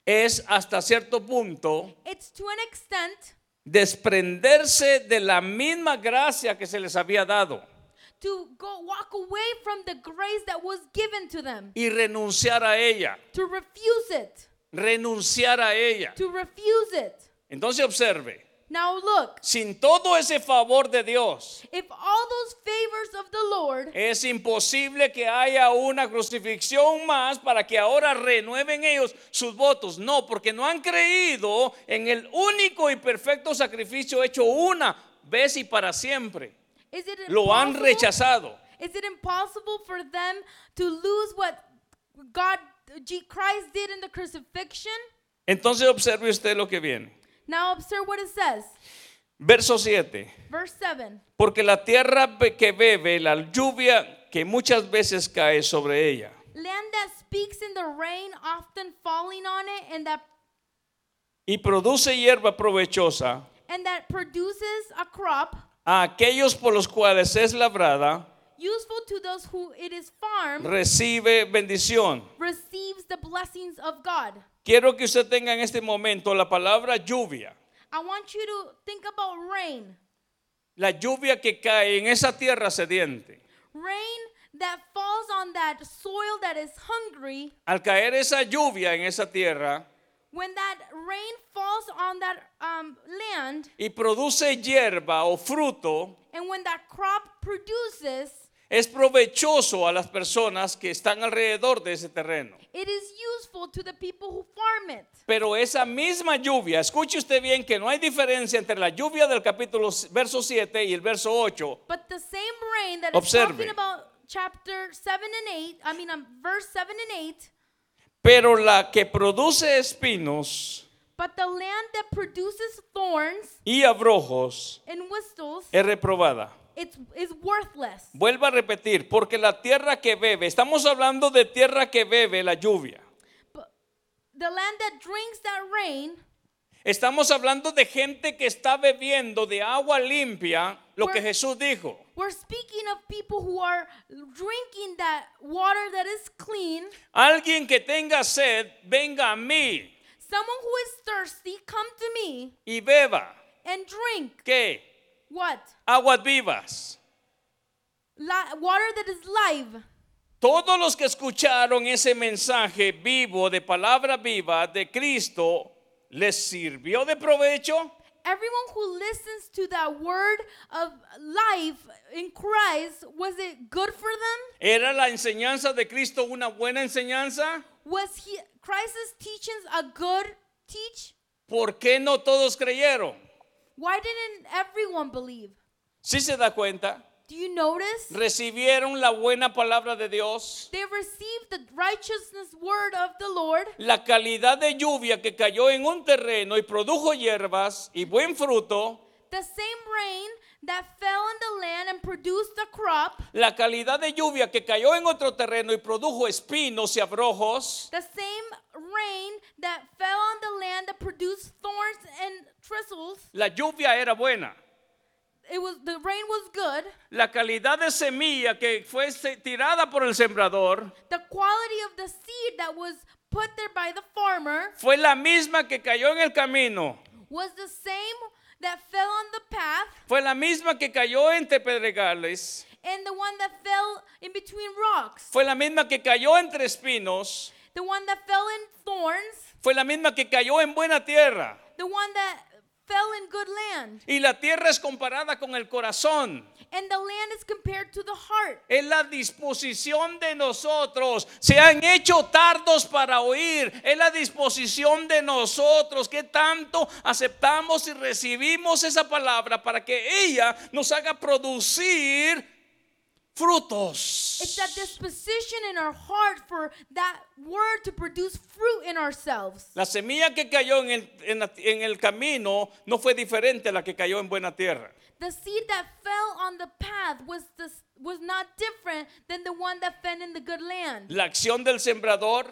A: es hasta cierto punto
B: It's to an extent
A: desprenderse de la misma gracia que se les había dado
B: to go walk away from the grace that was given to them,
A: y renunciar a ella,
B: to refuse it,
A: renunciar a ella.
B: to refuse it.
A: Entonces observe,
B: Now look,
A: sin todo ese favor de Dios,
B: if all those favors of the Lord,
A: es imposible que haya una crucifixión más para que ahora renueven ellos sus votos. No, porque no han creído en el único y perfecto sacrificio hecho una vez y para siempre.
B: is it
A: Lo han
B: impossible?
A: rechazado.
B: Is it impossible for them to lose what God G- Christ did in the crucifixion?
A: Entonces observe usted lo que viene.
B: Now observe what it says.
A: Verso 7.
B: Verse 7.
A: Porque la tierra be- que bebe la lluvia que muchas veces cae sobre ella,
B: Land that speaks in the rain, often falling on it, and that
A: y produce hierba provechosa
B: and that produces a crop
A: a aquellos por los cuales es labrada,
B: useful to those who it is farmed,
A: recibe bendición.
B: receives the blessings of God.
A: Quiero que usted tenga en este momento la palabra lluvia.
B: I want you to think about rain.
A: La lluvia que cae en esa tierra sediente.
B: Rain that falls on that soil that is hungry
A: Al caer esa lluvia en esa tierra
B: when that rain falls on that um, land
A: y produce hierba o fruto,
B: and when that crop produces,
A: es provechoso a las personas que están alrededor de ese terreno.
B: it is useful to the people who farm it.
A: Pero esa misma lluvia, escuche usted bien que no hay diferencia entre la lluvia del capítulo s- verso 7 y el verso 8.
B: But the same rain that is
A: Observe.
B: talking about chapter 7 and 8, I mean, um, verse 7 and 8,
A: Pero la que produce espinos
B: but the land that produces thorns
A: y abrojos
B: and whistles
A: es reprobada.
B: it's, is worthless.
A: Vuelvo a repetir, porque la tierra que bebe, estamos hablando de tierra que bebe la lluvia.
B: But the land that drinks that rain,
A: Estamos hablando de gente que está bebiendo de agua limpia lo que
B: We're-
A: Jesús dijo.
B: we're speaking of people who are drinking that water that is clean.
A: Alguien que tenga sed, venga a mí
B: Someone who is thirsty, come to me
A: y beba.
B: and drink.
A: ¿Qué?
B: What?
A: Aguas vivas.
B: Li- water that is live.
A: Todos los que escucharon ese mensaje vivo de palabra viva de Cristo, ¿les sirvió de provecho?
B: Everyone who listens to that word of life in Christ, was it good for them?
A: ¿Era la enseñanza de Cristo una buena enseñanza?
B: Was he Christ's teachings a good teach?
A: ¿Por qué no todos creyeron?
B: Why didn't everyone believe?
A: Si se da cuenta,
B: Do you notice?
A: recibieron la buena palabra de Dios.
B: They received the righteousness word of the Lord.
A: La calidad de lluvia que cayó en un terreno y produjo hierbas y buen fruto,
B: The same rain that fell in the land and produced a crop,
A: la calidad de lluvia que cayó en otro terreno y produjo espinos y abrojos,
B: the same rain that fell on the land that produced thorns and thistles.
A: la lluvia era buena.
B: It was the rain was good.
A: La calidad de semilla que fue se- tirada por el sembrador
B: The quality of the seed that was put there by the farmer
A: fue la misma que cayó en el camino,
B: was the same that fell on the path
A: fue la misma que cayó entre pedregales,
B: and the one that fell in between rocks,
A: fue la misma que cayó entre espinos,
B: the one that fell in thorns,
A: fue la misma que cayó en buena tierra.
B: the one that fell in good land.
A: Y la tierra es comparada con el corazón.
B: And the land is compared to the heart.
A: Es la disposición de nosotros. Se han hecho tardos para oír. Es la disposición de nosotros. Que tanto aceptamos y recibimos esa palabra para que ella nos haga producir
B: It's
A: frutos.
B: that disposition in our heart for that word to produce fruit in ourselves.
A: La semilla que cayó en el, en la- en el camino no fue diferente a la que cayó en buena tierra.
B: The seed that fell on the path was this, was not different than the one that fell in the good land.
A: La acción del sembrador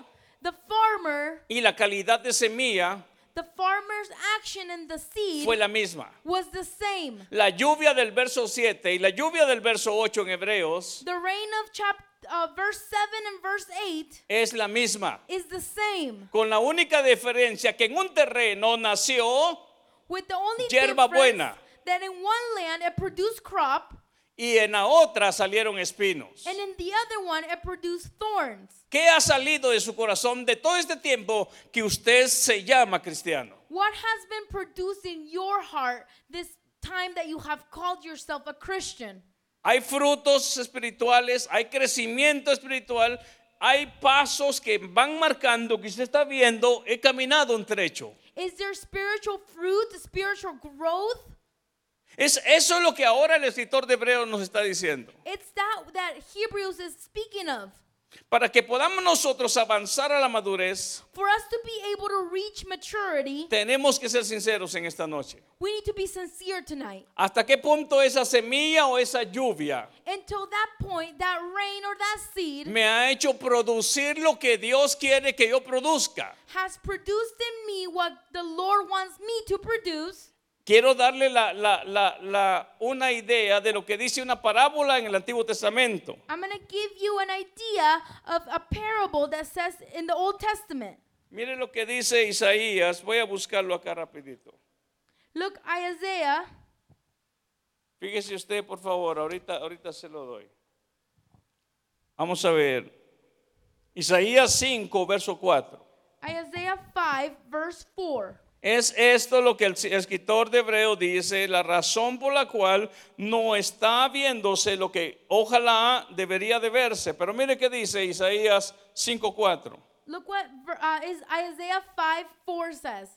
B: The farmer,
A: y la calidad de semilla
B: the farmer's action and the seed
A: fue la misma.
B: was the same.
A: La lluvia del verso 7 y la lluvia del verso 8 en Hebreos
B: The rain of chap, uh, verse 7 and verse 8
A: es la misma,
B: is the same,
A: con la única diferencia que en un terreno nació
B: with the only
A: Yerba
B: difference
A: buena.
B: that in one land it produced crop
A: y en la otra salieron espinos.
B: and in the other one it produced thorns.
A: ¿Qué ha salido de su corazón de todo este tiempo que usted se llama cristiano?
B: What has been produced in your heart this time that you have called yourself a Christian?
A: Hay frutos espirituales, hay crecimiento espiritual, hay pasos que van marcando que usted está viendo, he caminado un trecho.
B: Is there spiritual fruit, spiritual growth?
A: Es, eso es lo que ahora el escritor de Hebreos nos está diciendo.
B: It's that that Hebrews is speaking of.
A: Para que podamos nosotros avanzar a la madurez,
B: For us to be able to reach maturity,
A: tenemos que ser sinceros en esta noche.
B: we need to be sincere tonight.
A: ¿Hasta qué punto esa semilla o esa lluvia
B: Until that point, that rain or that seed
A: me ha hecho producir lo que Dios quiere que yo produzca?
B: has produced in me what the Lord wants me to produce.
A: Quiero darle la- la- la- la- una idea de lo que dice una parábola en el Antiguo Testamento.
B: I'm going to give you an idea of a parable that says in the Old Testament.
A: Mire lo que dice Isaías. Voy a buscarlo acá rapidito.
B: Look, Isaiah,
A: Fíjese usted, por favor, ahorita, ahorita se lo doy. Vamos a ver. Isaías 5, verso 4.
B: Isaiah 5, verse 4.
A: Es esto lo que el escritor de Hebreo dice, la razón por la cual no está viéndose lo que ojalá debería de verse. Pero mire qué dice Isaías 5:4.
B: Look what ver- uh, is Isaiah 5, 4 says.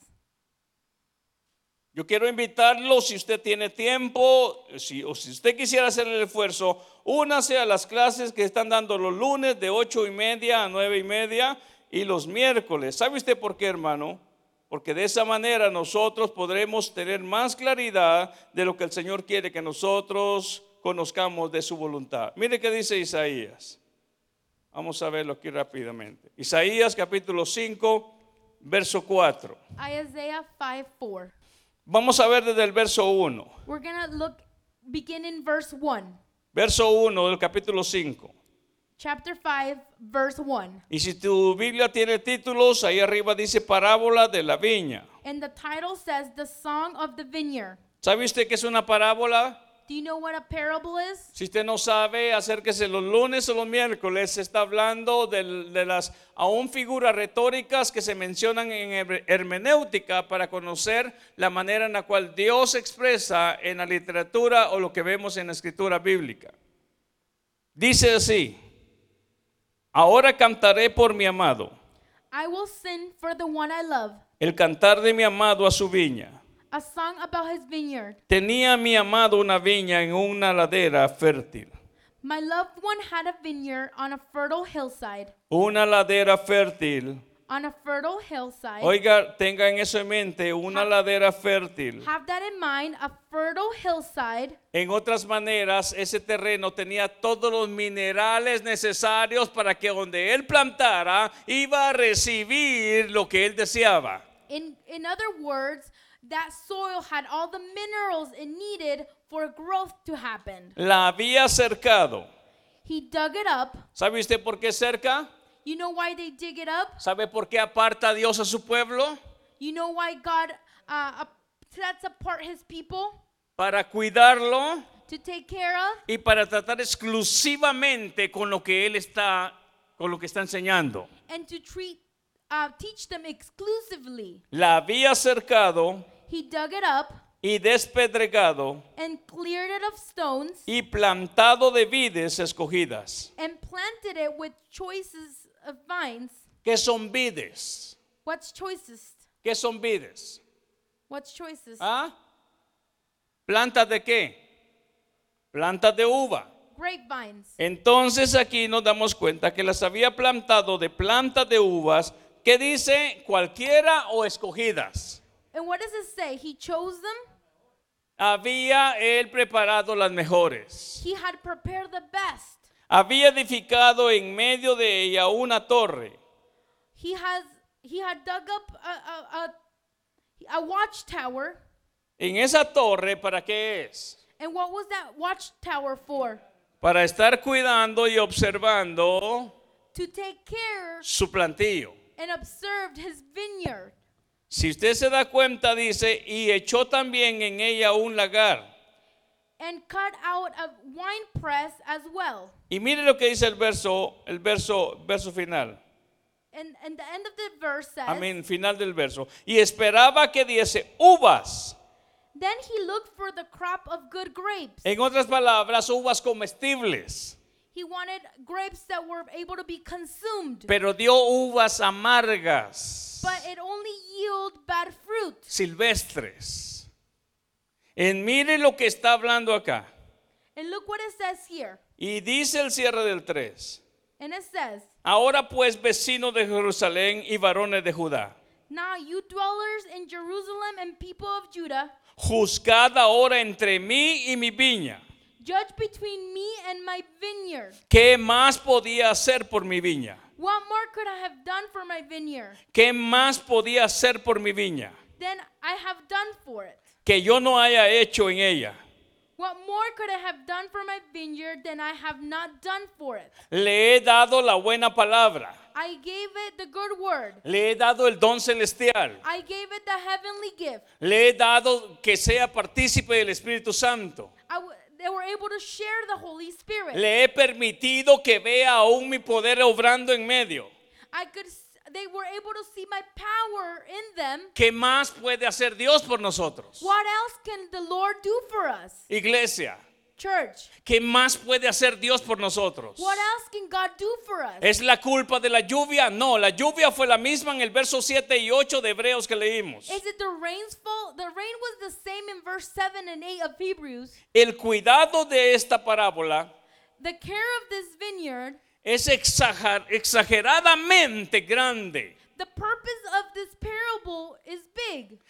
A: Yo quiero invitarlo, si usted tiene tiempo, si, o si usted quisiera hacer el esfuerzo, únase a las clases que están dando los lunes de ocho y media a nueve y media y los miércoles. ¿Sabe usted por qué, hermano? Porque de esa manera nosotros podremos tener más claridad de lo que el Señor quiere que nosotros conozcamos de su voluntad. Mire qué dice Isaías. Vamos a verlo aquí rápidamente. Isaías capítulo 5, verso 4.
B: Isaiah 5, 4.
A: Vamos a ver desde el verso 1.
B: We're going to look, begin in verse 1,
A: Verso 1 del capítulo 5.
B: chapter 5, verse 1.
A: Y si tu Biblia tiene títulos, ahí arriba dice parábola de la viña.
B: And the title says, The Song of the Vineyard.
A: ¿Sabe usted qué es una parábola?
B: Do Do you know what a parable is?
A: Si usted no sabe, acérquese los lunes o los miércoles. Se está hablando del- de, las aún figuras retóricas que se mencionan en her- hermenéutica para conocer la manera en la cual Dios expresa en la literatura o lo que vemos en la escritura bíblica. Dice así, ahora cantaré por mi amado,
B: I will sin for the one I love.
A: el cantar de mi amado a su viña.
B: A song about his vineyard.
A: Tenía mi amado una viña en una ladera fértil.
B: My loved one had a vineyard on a fertile hillside.
A: Una ladera fértil
B: On a fertile hillside.
A: Oiga, tengan eso en mente, una ladera fértil.
B: Have that in mind, a fertile hillside.
A: En otras maneras, ese terreno tenía todos los minerales necesarios para que donde él plantara iba a recibir lo que él deseaba.
B: In, in other words, that soil had all the minerals it needed for growth to happen.
A: La había cercado.
B: He dug it up.
A: ¿Sabe usted por qué cerca?
B: You know why they dig it up?
A: ¿Sabe por qué aparta a Dios a su pueblo?
B: You know why God uh, ap- sets apart his people
A: Para cuidarlo
B: to take care of?
A: y para tratar exclusivamente con lo que él está con lo que está enseñando.
B: and to treat uh, teach them exclusively.
A: La había cercado
B: He dug it up
A: y despedregado
B: and cleared it of stones
A: y plantado de vides escogidas.
B: and planted it with choices of vines.
A: ¿Qué son vides?
B: What's choicest?
A: ¿Qué son vides?
B: What's choicest?
A: ¿Ah? ¿Plantas de qué? Plantas de uva.
B: Grapevines.
A: Entonces aquí nos damos cuenta que las había plantado de plantas de uvas, que dice cualquiera o escogidas.
B: And what does it say? He chose them.
A: Había él preparado las mejores.
B: He had prepared the best.
A: Había edificado en medio de ella una torre
B: He has he had dug up a a, a, a watchtower.
A: En esa torre, ¿para qué es?
B: And what was that watchtower for?
A: Para estar cuidando y observando
B: To take care
A: su plantillo.
B: and observed his vineyard.
A: Si usted se da cuenta, dice, y echó también en ella un lagar.
B: and cut out a wine press as well.
A: Y mire lo que dice el verso, el verso, verso final.
B: And and the end of the verse says,
A: Amén, final del verso. Y esperaba que diese uvas.
B: then he looked for the crop of good grapes.
A: En otras palabras, uvas comestibles.
B: He wanted grapes that were able to be consumed,
A: Pero dio uvas amargas.
B: but it only yield bad fruit.
A: silvestres. En mire lo que está hablando acá.
B: And look what it says here.
A: Y dice el cierre del 3.
B: And it says,
A: Ahora pues, vecinos de Jerusalén y varones de Judá,
B: "Now you dwellers in Jerusalem and people of Judah,
A: juzgad ahora entre mí y mi viña.
B: judge between me and my vineyard.
A: ¿Qué más podía hacer por mi viña?
B: What more could I have done for my vineyard
A: ¿Qué más podía hacer por mi viña
B: than I have done for it?"
A: que yo no haya hecho en ella?
B: What more could I have done for my vineyard than I have not done for it?
A: Le he dado la buena palabra,
B: I gave it the good word.
A: le he dado el don celestial,
B: I gave it the heavenly gift.
A: le he dado que sea partícipe del Espíritu Santo.
B: I w- they were able to share the Holy Spirit.
A: Le he permitido que vea aún mi poder obrando en medio.
B: I could. s- They were able to see my power in them.
A: ¿Qué más puede hacer Dios por nosotros?
B: What else can the Lord do for us,
A: Iglesia,
B: church?
A: ¿qué más puede hacer Dios por nosotros?
B: What else can God do for us?
A: ¿Es la culpa de la lluvia? No, la lluvia fue la misma en el verso 7 y 8 de Hebreos que leímos.
B: Is it the rain's fault? The rain was the same in verse seven and eight of Hebrews.
A: El cuidado de esta parábola
B: The care of this vineyard
A: es exajar- exageradamente grande,
B: The purpose of this parable is big.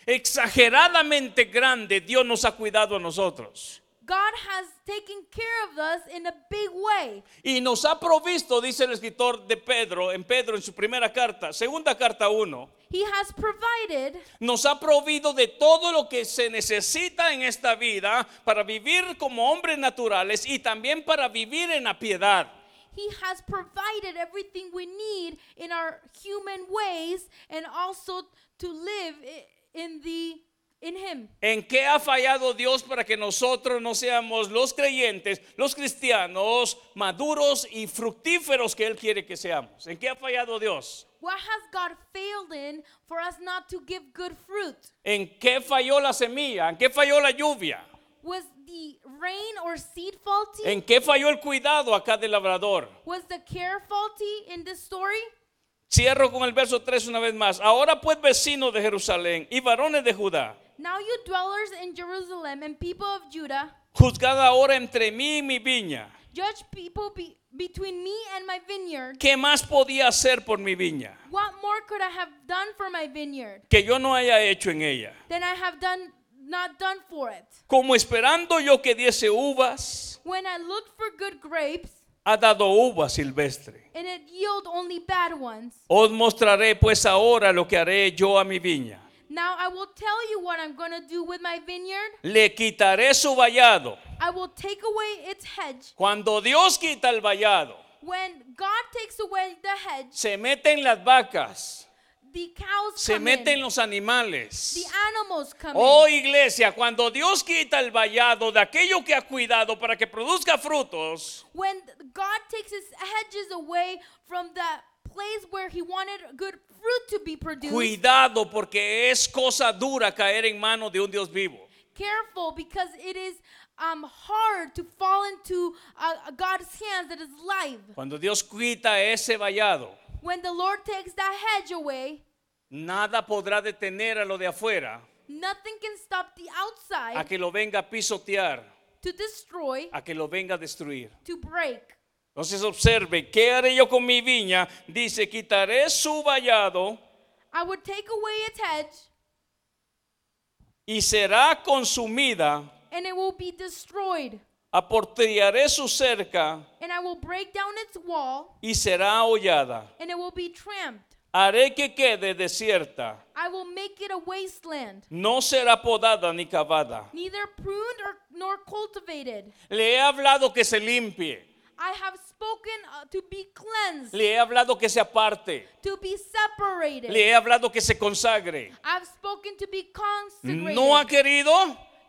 A: exageradamente grande. Dios nos ha cuidado a nosotros.
B: God has taken care of us in a big way.
A: Y nos ha provisto, dice el escritor de Pedro, en Pedro, en su primera carta, segunda carta 1,
B: He has provided,
A: nos ha provido de todo lo que se necesita en esta vida para vivir como hombres naturales y también para vivir en la piedad.
B: He has provided everything we need in our human ways and also to live i- in the in Him.
A: ¿En qué ha fallado Dios para que nosotros no seamos los creyentes, los cristianos maduros y fructíferos que Él quiere que seamos? ¿En qué ha fallado Dios?
B: What has God failed in for us not to give good fruit?
A: ¿En qué falló la semilla? ¿En qué falló la lluvia?
B: Was the rain or seed faulty?
A: ¿En qué falló el cuidado acá del labrador?
B: Was the care faulty in this story?
A: Cierro con el verso 3 una vez más. Ahora pues vecinos de Jerusalén y varones de Judá,
B: Now, you dwellers in Jerusalem and people of Judah,
A: juzgad ahora entre mí y mi viña.
B: judge people be- between me and my vineyard.
A: ¿Qué más podía hacer por mi viña
B: What more could I have done for my vineyard
A: que yo no haya hecho en ella?
B: than I have done not done for it?
A: Como esperando yo que diese uvas,
B: When I looked for good grapes,
A: ha dado uva silvestre.
B: and it yield only bad ones.
A: Os mostraré pues ahora lo que haré yo a mi viña.
B: Now I will tell you what I'm going to do with my vineyard.
A: Le quitaré su vallado.
B: I will take away its hedge.
A: Cuando Dios quita el vallado,
B: When God takes away the hedge,
A: se meten las vacas,
B: the cows
A: se
B: come
A: meten
B: in.
A: los animales.
B: The animals come
A: Oh
B: in.
A: iglesia, cuando Dios quita el vallado de aquello que ha cuidado para que produzca frutos,
B: When God takes his hedges away from the place where he wanted good fruit to be produced,
A: cuidado porque es cosa dura caer en manos de un Dios vivo.
B: careful because it is um, hard to fall into uh, God's hands that is live.
A: Cuando Dios quita ese vallado,
B: When the Lord takes that hedge away,
A: nada podrá detener a lo de afuera
B: Nothing can stop the
A: a
B: outside
A: que lo venga a pisotear,
B: to destroy,
A: a que lo venga a destruir.
B: to break.
A: Entonces observe, ¿qué haré yo con mi viña? Dice, quitaré su vallado
B: I would take away its hedge,
A: y será consumida,
B: and it will be destroyed.
A: aportearé su cerca
B: And I will break down its wall,
A: y será hollada.
B: and it will be tramped.
A: Haré que quede desierta,
B: I will make it a wasteland,
A: no será podada ni cavada.
B: neither pruned or, nor cultivated.
A: Le he hablado que se limpie,
B: I have spoken uh, to be cleansed,
A: le he hablado que se aparte,
B: to be separated.
A: le he hablado que se consagre.
B: I've spoken to be consecrated.
A: ¿No ha querido?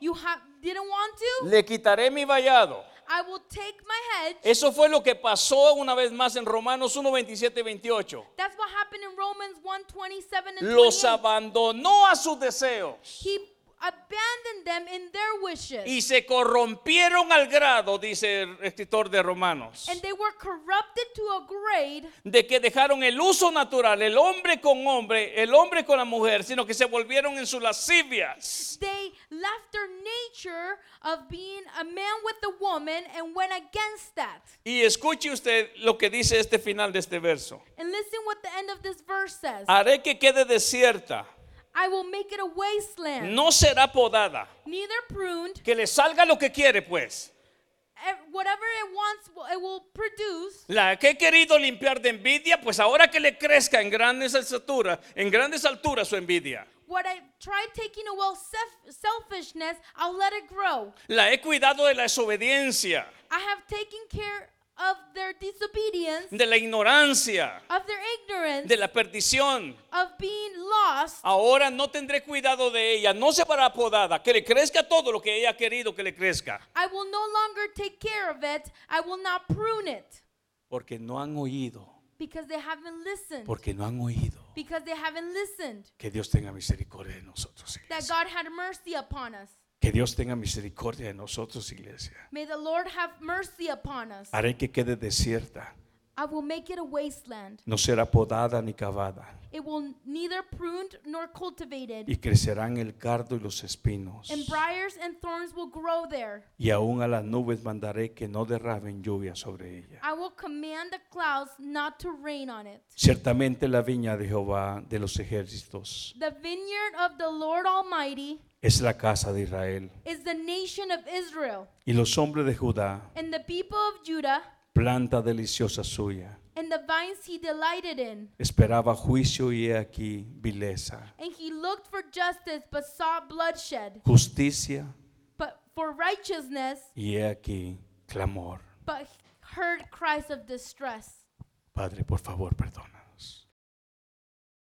B: you have didn't want to?
A: Le quitaré mi vallado.
B: I will take my hedge.
A: Eso fue lo que pasó una vez más en Romanos 1, 27 28.
B: That's what happened in Romans 1 27 and
A: Los
B: 28.
A: abandonó a sus deseos
B: He abandoned them in their wishes.
A: y se corrompieron al grado, dice el escritor de Romanos,
B: and they were corrupted to a grade
A: de que dejaron el uso natural, el hombre con hombre, el hombre con la mujer, sino que se volvieron en sus lascivias.
B: they left their nature of being a man with a woman and went against that.
A: Y escuche usted lo que dice este final de este verso.
B: And listen what the end of this verse says.
A: Haré que quede desierta,
B: I will make it a wasteland,
A: no será podada,
B: neither pruned,
A: que le salga lo que quiere pues.
B: ev- whatever it wants, w- it will produce.
A: La que he querido limpiar de envidia, pues ahora que le crezca en grandes alturas, en grandes alturas su envidia.
B: What I tried taking away self- selfishness, I'll let it grow.
A: La he cuidado de la desobediencia,
B: I have taken care of their disobedience,
A: de la ignorancia,
B: of their ignorance,
A: de la perdición.
B: of being lost.
A: Ahora no tendré cuidado de ella, no se para podada, que le crezca todo lo que ella ha querido que le crezca.
B: I will no longer take care of it. I will not prune it
A: Porque no han oído,
B: because they haven't listened.
A: porque no han oído.
B: Because they haven't listened
A: Que Dios tenga misericordia de nosotros,
B: that
A: iglesia.
B: God had mercy upon us.
A: Que Dios tenga misericordia de nosotros, iglesia.
B: May the Lord have mercy upon us.
A: Haré que quede desierta,
B: I will make it a wasteland.
A: no será podada ni cavada.
B: It will neither pruned nor cultivated,
A: y crecerán el cardo y los espinos.
B: and briars and thorns will grow there.
A: Y aún a las nubes mandaré que no derraben lluvia sobre ella.
B: I will command the clouds not to rain on it.
A: Ciertamente la viña de Jehová de los ejércitos
B: The vineyard of the Lord Almighty
A: es la casa de Israel.
B: is the nation of Israel,
A: Y los hombres de Judá,
B: and the people of Judah,
A: planta deliciosa suya,
B: and the vines he delighted in.
A: esperaba juicio y he aquí vileza.
B: And he looked for justice, but saw bloodshed,
A: Justicia
B: but for righteousness,
A: y he aquí clamor.
B: but heard cries of distress.
A: Padre, por favor, perdona.